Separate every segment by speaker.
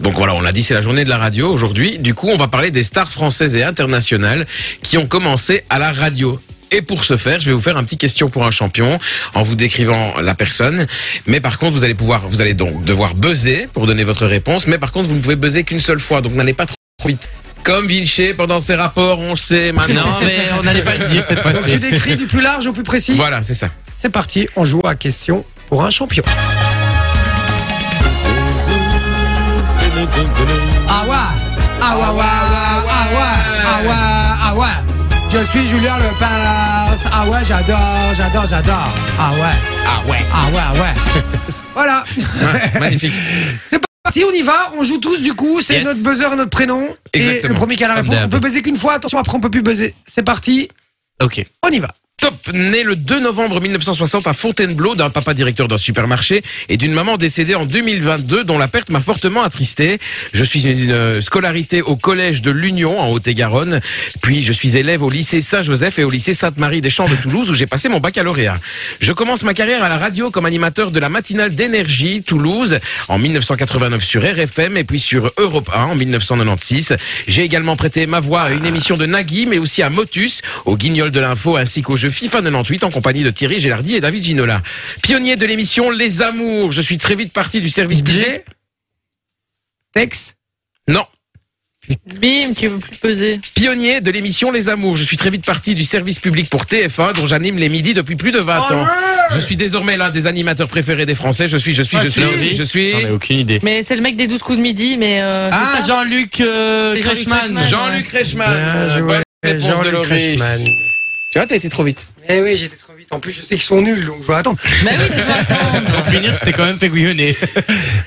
Speaker 1: Donc voilà, on l'a dit, c'est la journée de la radio aujourd'hui. Du coup, on va parler des stars françaises et internationales qui ont commencé à la radio. Et pour ce faire, je vais vous faire un petit question pour un champion en vous décrivant la personne. Mais par contre, vous allez pouvoir, vous allez donc devoir buzzer pour donner votre réponse. Mais par contre, vous ne pouvez buzzer qu'une seule fois, donc n'allez pas trop vite. Comme Vinci pendant ses rapports, on le sait maintenant.
Speaker 2: Non, mais on n'allait pas le dire cette
Speaker 3: Donc tu
Speaker 2: fois-ci.
Speaker 3: décris du plus large au plus précis.
Speaker 1: Voilà, c'est ça.
Speaker 3: C'est parti, on joue à question pour un champion. Ah ouais, ah ouais, ouais, ouais, ouais, ouais, ah ouais, ah ouais. Je suis Julien Le Palace. Ah ouais, j'adore, j'adore, j'adore. Ah ouais,
Speaker 1: Ah ouais.
Speaker 3: ah ouais, ah ouais. voilà.
Speaker 1: Ouais, magnifique.
Speaker 3: C'est parti, on y va. On joue tous du coup. C'est
Speaker 2: Yes.
Speaker 3: notre buzzer, notre prénom. Et
Speaker 1: Exactement.
Speaker 3: le premier qui a la
Speaker 2: Comme
Speaker 3: réponse. On
Speaker 2: d'hab.
Speaker 3: peut buzzer qu'une fois. Attention, après on peut plus buzzer. C'est parti,
Speaker 2: Ok.
Speaker 3: on y va.
Speaker 1: Top, né le 2 novembre 1960 à Fontainebleau d'un papa directeur d'un supermarché et d'une maman décédée en 2022 dont la perte m'a fortement attristé. Je suis une euh, scolarité au collège de l'Union en Haute-et-Garonne, puis je suis élève au lycée Saint-Joseph et au lycée Sainte-Marie des Champs de Toulouse où j'ai passé mon baccalauréat. Je commence ma carrière à la radio comme animateur de la matinale d'énergie Toulouse en 1989 sur RFM et puis sur Europe 1 en 1996. J'ai également prêté ma voix à une émission de Nagui, mais aussi à Motus, au Guignol de l'info, ainsi qu'au jeu FIFA 98 en compagnie de Thierry Gélardi et David Ginola. Pionnier de l'émission Les Amours, je suis très vite parti du service public.
Speaker 3: J. Tex.
Speaker 1: Non.
Speaker 4: Bim, tu veux plus peser.
Speaker 1: Pionnier de l'émission Les Amours, je suis très vite parti du service public pour TF1, dont j'anime les midis depuis plus de 20 ans. Je suis désormais l'un des animateurs préférés des Français. Je suis, je suis, je suis, je suis.
Speaker 2: J'en ai aucune idée.
Speaker 4: Mais c'est le mec des 12 coups de midi, mais euh, c'est
Speaker 2: Ah,
Speaker 4: ça.
Speaker 2: Jean-Luc euh,
Speaker 4: C'est Jean-Luc
Speaker 2: Reichmann.
Speaker 4: Reichmann.
Speaker 1: Jean-Luc Reichmann.
Speaker 3: Bien joué,
Speaker 1: Bonne réponse de
Speaker 3: Jean-Luc
Speaker 1: Loris.
Speaker 3: Reichmann.
Speaker 1: Tu vois, t'as été trop vite.
Speaker 3: Eh oui, j'étais trop vite. En plus, je sais qu'ils sont nuls, donc je vais attendre.
Speaker 4: Bah oui, tu dois attendre.
Speaker 2: Pour finir, je t'ai quand même fait gouillonner.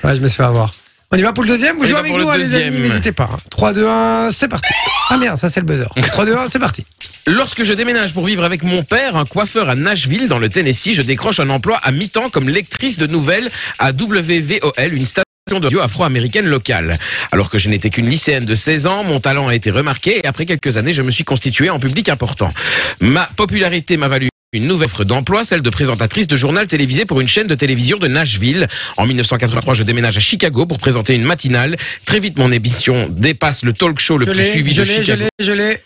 Speaker 3: Ouais, je me suis fait avoir. On y va pour le deuxième Vous
Speaker 1: On y
Speaker 3: jouez
Speaker 1: va
Speaker 3: avec
Speaker 1: pour le
Speaker 3: nous, hein, les amis,
Speaker 1: deuxième.
Speaker 3: n'hésitez pas. hein. 3, 2, 1, c'est parti. Ah merde, ça c'est le buzzer. 3, 2, 1, c'est parti.
Speaker 1: Lorsque je déménage pour vivre avec mon père, un coiffeur à Nashville, dans le Tennessee, je décroche un emploi à mi-temps comme lectrice de nouvelles à WVOL, une station de radio afro-américaine locale. Alors que je n'étais qu'une lycéenne de 16 ans, mon talent a été remarqué et après quelques années, je me suis constituée en public important. Ma popularité m'a valu une nouvelle offre d'emploi, celle de présentatrice de journal télévisé pour une chaîne de télévision de Nashville. En 1983, je déménage à Chicago pour présenter une matinale. Très vite, mon émission dépasse le talk show le
Speaker 3: Je
Speaker 1: plus
Speaker 3: l'ai,
Speaker 1: suivi
Speaker 3: je
Speaker 1: de
Speaker 3: l'ai, je
Speaker 1: Chicago.
Speaker 3: l'ai, je l'ai.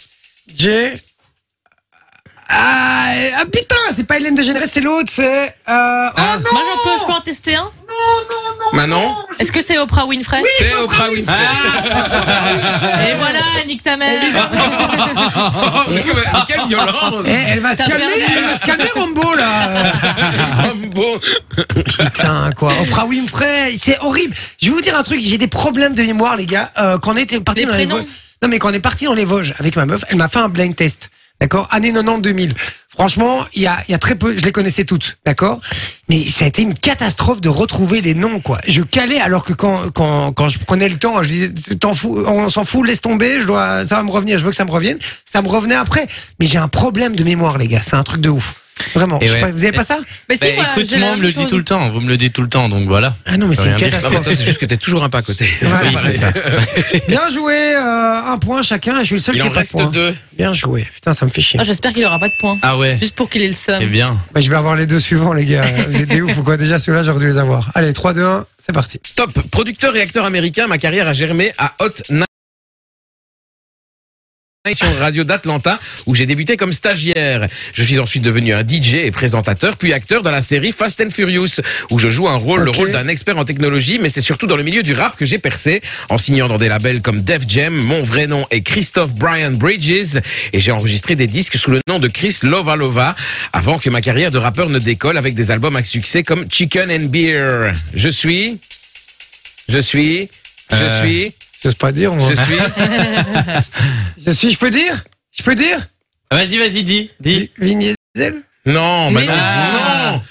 Speaker 3: J'ai. Ah, eh, ah, putain, c'est pas Hélène DeGénéré, c'est l'autre, c'est. Euh...
Speaker 2: Ah.
Speaker 3: Oh
Speaker 4: Moi, je peux, je peux en tester un
Speaker 1: Maintenant,
Speaker 4: Est-ce que c'est Oprah Winfrey
Speaker 1: c'est Oprah Winfrey.
Speaker 3: Ah,
Speaker 4: Et voilà, nique ta mère.
Speaker 1: Mais que- mais quelle violence
Speaker 3: non Eh, elle va se
Speaker 4: T'as
Speaker 3: calmer,
Speaker 4: perdu.
Speaker 3: elle va se calmer, Rambo, là
Speaker 1: Bon.
Speaker 3: Putain, quoi. Oprah Winfrey, c'est horrible. Je vais vous dire un truc, j'ai des problèmes de mémoire, les gars. Euh, quand on était parti
Speaker 4: Des
Speaker 3: dans les
Speaker 4: prénoms.
Speaker 3: Vosges. Non, mais quand on est parti dans les Vosges avec ma meuf, elle m'a fait un blind test. D'accord Année 90-2000. Franchement, il y a, il y a très peu, je les connaissais toutes. D'accord Mais ça a été une catastrophe de retrouver les noms, quoi. Je calais alors que quand, quand, quand je prenais le temps, je disais, t'en fous, on s'en fout, laisse tomber, je dois, ça va me revenir, je veux que ça me revienne. Ça me revenait après. Mais j'ai un problème de mémoire, les gars. C'est un truc de ouf. Vraiment.
Speaker 2: Et
Speaker 3: Je sais
Speaker 2: ouais.
Speaker 3: pas, vous avez pas ça
Speaker 4: Mais si,
Speaker 2: Bah,
Speaker 4: moi,
Speaker 2: écoute,
Speaker 4: j'ai la
Speaker 2: moi, on
Speaker 4: même
Speaker 2: me le dit
Speaker 4: chose.
Speaker 2: tout le temps. Vous me le dites tout le temps, donc voilà.
Speaker 3: Ah non, mais c'est
Speaker 2: Rien
Speaker 3: une
Speaker 2: à dire.
Speaker 3: catastrophe.
Speaker 1: c'est juste que t'es toujours un pas à côté.
Speaker 3: Voilà,
Speaker 2: Oui,
Speaker 3: voilà.
Speaker 2: c'est ça.
Speaker 3: Bien joué, euh, un point chacun, et je suis le seul
Speaker 1: Il
Speaker 3: qui
Speaker 1: en
Speaker 3: est pas de
Speaker 1: reste
Speaker 3: point.
Speaker 1: deux.
Speaker 3: Bien joué, putain, ça me fait chier.
Speaker 4: Ah, J'espère qu'il aura pas de points.
Speaker 2: Ah ouais.
Speaker 4: Juste pour qu'il ait le seum.
Speaker 2: Eh bien.
Speaker 3: Bah, je vais avoir les deux suivants, les gars. Vous êtes des ouf ou quoi Déjà, ceux-là, j'aurais dû les avoir. Allez, 3, 2, 1, c'est parti.
Speaker 1: Top. Producteur et acteur américain, ma carrière a germé à Hot Night sur une radio d'Atlanta où j'ai débuté comme stagiaire. Je suis ensuite devenu un DJ et présentateur puis acteur dans la série Fast and Furious où je joue un rôle,
Speaker 3: Ok.
Speaker 1: le rôle d'un expert en technologie mais c'est surtout dans le milieu du rap que j'ai percé en signant dans des labels comme Def Jam, mon vrai nom est Christophe Brian Bridges et j'ai enregistré des disques sous le nom de Chris Lovalova avant que ma carrière de rappeur ne décolle avec des albums à succès comme Chicken and Beer. Je suis je suis. Je
Speaker 2: Euh.
Speaker 1: suis.
Speaker 3: Je sais pas dire, moi.
Speaker 1: Je suis.
Speaker 3: Je suis, je peux dire Je peux dire
Speaker 2: Vas-y, vas-y, dis. Dis.
Speaker 3: Vigny Diesel
Speaker 1: Non, bah
Speaker 4: Mais
Speaker 1: non,
Speaker 2: non.
Speaker 1: non.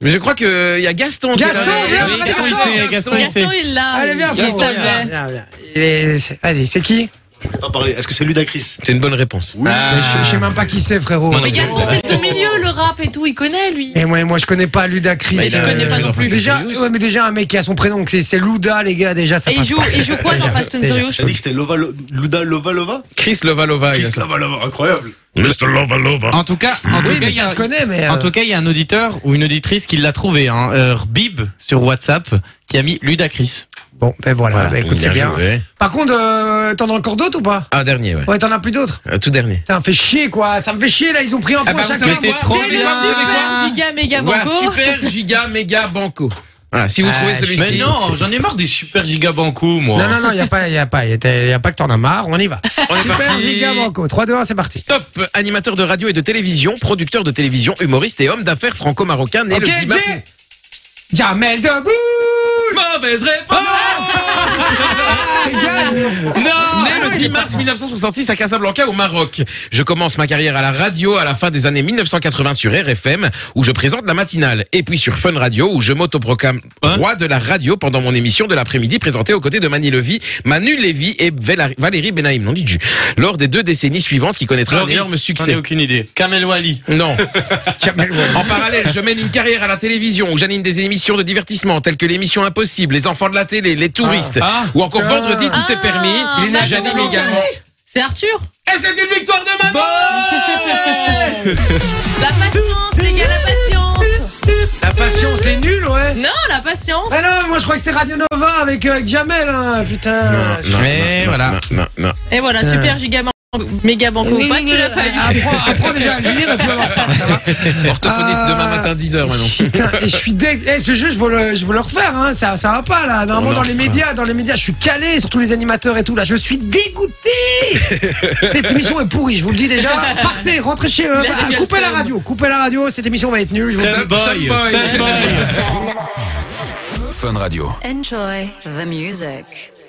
Speaker 1: Mais je crois que il y a Gaston. qui
Speaker 3: Gaston,
Speaker 1: l'a-
Speaker 3: viens,
Speaker 1: Oui,
Speaker 3: viens,
Speaker 1: Gaston,
Speaker 3: viens,
Speaker 1: il fait-
Speaker 2: Gaston,
Speaker 1: Gaston.
Speaker 4: Gaston, il l'a.
Speaker 3: Allez, viens,
Speaker 4: il
Speaker 3: viens, viens,
Speaker 4: savait.
Speaker 3: viens, viens. Il est- c'est- Vas-y, c'est qui
Speaker 5: pas parler. Ah, Est-ce que c'est Ludacris
Speaker 1: C'est une bonne réponse.
Speaker 5: Oui.
Speaker 2: Ah.
Speaker 3: Mais je, je sais même pas qui c'est, frérot.
Speaker 2: Mais
Speaker 4: Mais Gaston, c'est de son milieu, le rap et tout, il connaît, lui.
Speaker 3: Et moi, moi, je connais pas Ludacris.
Speaker 1: Bah, il a-
Speaker 4: connais pas
Speaker 1: il a
Speaker 4: non plus.
Speaker 1: fait
Speaker 3: Déjà,
Speaker 1: Furious.
Speaker 3: ouais, mais déjà, un mec qui a son prénom, que c'est- c'est Luda, les gars, déjà, ça
Speaker 4: Et il
Speaker 3: passe
Speaker 4: joue,
Speaker 3: pas.
Speaker 4: il joue quoi dans Fast and
Speaker 3: Déjà.
Speaker 4: Furious
Speaker 5: T'as dit que c'était Lova, Lo- Luda Lova Lova
Speaker 1: Chris Lovalova.
Speaker 5: Chris
Speaker 1: Gaston.
Speaker 5: Lova Lova, incroyable.
Speaker 1: Mr. Lovalova.
Speaker 2: En tout cas, en
Speaker 3: Oui,
Speaker 2: tout cas,
Speaker 3: mais
Speaker 2: il y
Speaker 3: ça,
Speaker 2: a.
Speaker 3: je connais, mais.
Speaker 2: En
Speaker 3: euh,
Speaker 2: tout cas, il y a un auditeur ou une auditrice qui l'a trouvé, hein, euh, Bib sur WhatsApp, qui a mis Ludacris.
Speaker 3: Bon, ben voilà, ben
Speaker 1: bah,
Speaker 3: écoute, c'est bien.
Speaker 1: joué.
Speaker 3: Par contre, euh, t'en as encore d'autres ou pas
Speaker 1: Ah, dernier, ouais.
Speaker 3: Ouais, t'en as plus d'autres
Speaker 1: Euh, tout dernier.
Speaker 3: Putain, fait chier quoi, ça me fait chier là, ils ont pris un
Speaker 1: Ah
Speaker 3: point
Speaker 1: bah, vous
Speaker 3: chacun.
Speaker 1: savez, c'est
Speaker 3: moi.
Speaker 1: trop
Speaker 4: C'est le
Speaker 1: bien.
Speaker 4: super giga méga
Speaker 1: Voilà,
Speaker 4: banco.
Speaker 1: super giga méga banco. Voilà, si vous trouvez
Speaker 2: Mais
Speaker 1: celui-ci.
Speaker 2: non, j'en ai marre des super gigabancos, moi.
Speaker 3: Non, non, non, y a pas, y a pas, y a, y a pas que t'en as marre, on y va.
Speaker 1: On est
Speaker 3: Super
Speaker 1: parti.
Speaker 3: giga banco, 3, 2, 1, c'est parti.
Speaker 1: Top animateur de radio et de télévision, producteur de télévision, humoriste et homme d'affaires franco-marocain né
Speaker 3: Ok,
Speaker 1: le 10 mars.
Speaker 3: j'ai Jamel Debbouze Ah,
Speaker 1: Mauvaise réponse
Speaker 3: les gars.
Speaker 1: Non Né le 10 mars 1966 à Casablanca au Maroc. Je commence ma carrière à la radio à la fin des années 1980 sur RFM où je présente la matinale et puis sur Fun Radio où je m'autoproclame
Speaker 2: Hein
Speaker 1: roi de la radio pendant mon émission de l'après-midi présentée aux côtés de Mani Levy, Manu Lévy et Véla- Valérie Benaïm, non dit du, lors des deux décennies suivantes qui connaîtra un
Speaker 2: Loris,
Speaker 1: énorme
Speaker 2: J'en ai
Speaker 1: succès.
Speaker 2: aucune idée. Kamel Wally.
Speaker 1: Non. en parallèle, je mène une carrière à la télévision où j'anime des émissions de divertissement telles que l'émission Impossible, les enfants de la télé, les touristes,
Speaker 2: Ah.
Speaker 1: ou encore
Speaker 3: Ah.
Speaker 1: vendredi, tout est permis.
Speaker 4: Ah,
Speaker 1: Il
Speaker 4: d'accord.
Speaker 1: j'anime également.
Speaker 4: C'est Arthur.
Speaker 1: Et c'est une victoire de maman
Speaker 4: La Bah, patience, les gars, la patience.
Speaker 3: La patience, les nuls, ouais.
Speaker 4: Non, la patience.
Speaker 3: Ah non, moi je crois que c'était Radio Nova avec, euh, avec Jamel, hein, putain.
Speaker 2: Et voilà.
Speaker 1: non, non.
Speaker 4: Et voilà,
Speaker 3: Putain.
Speaker 4: super giga banco, méga banco. ou Pas, tu l'as pas eu.
Speaker 3: euh, Apprends, apprends déjà à le lire et puis on en reparle, ça va
Speaker 1: Orthophoniste
Speaker 3: Ah.
Speaker 1: demain matin 10h maintenant.
Speaker 3: Putain, et je suis deg. Eh, ce jeu, je veux le, je veux le refaire, hein. ça, ça va pas là. Normalement,
Speaker 1: On en
Speaker 3: dans les
Speaker 1: refera.
Speaker 3: médias, dans les médias, je suis calé sur tous les animateurs et tout là. Je suis dégoûté. cette émission est pourrie, je vous le dis déjà. Partez, rentrez chez eux, Ah,
Speaker 4: Il a déjà
Speaker 3: coupez
Speaker 4: le
Speaker 3: la
Speaker 4: seum.
Speaker 3: radio, coupez la radio. Cette émission va être nulle. je vous le dis.
Speaker 2: Sad boy.
Speaker 1: Sad boy.
Speaker 2: Sad boy.
Speaker 6: Enjoy the music.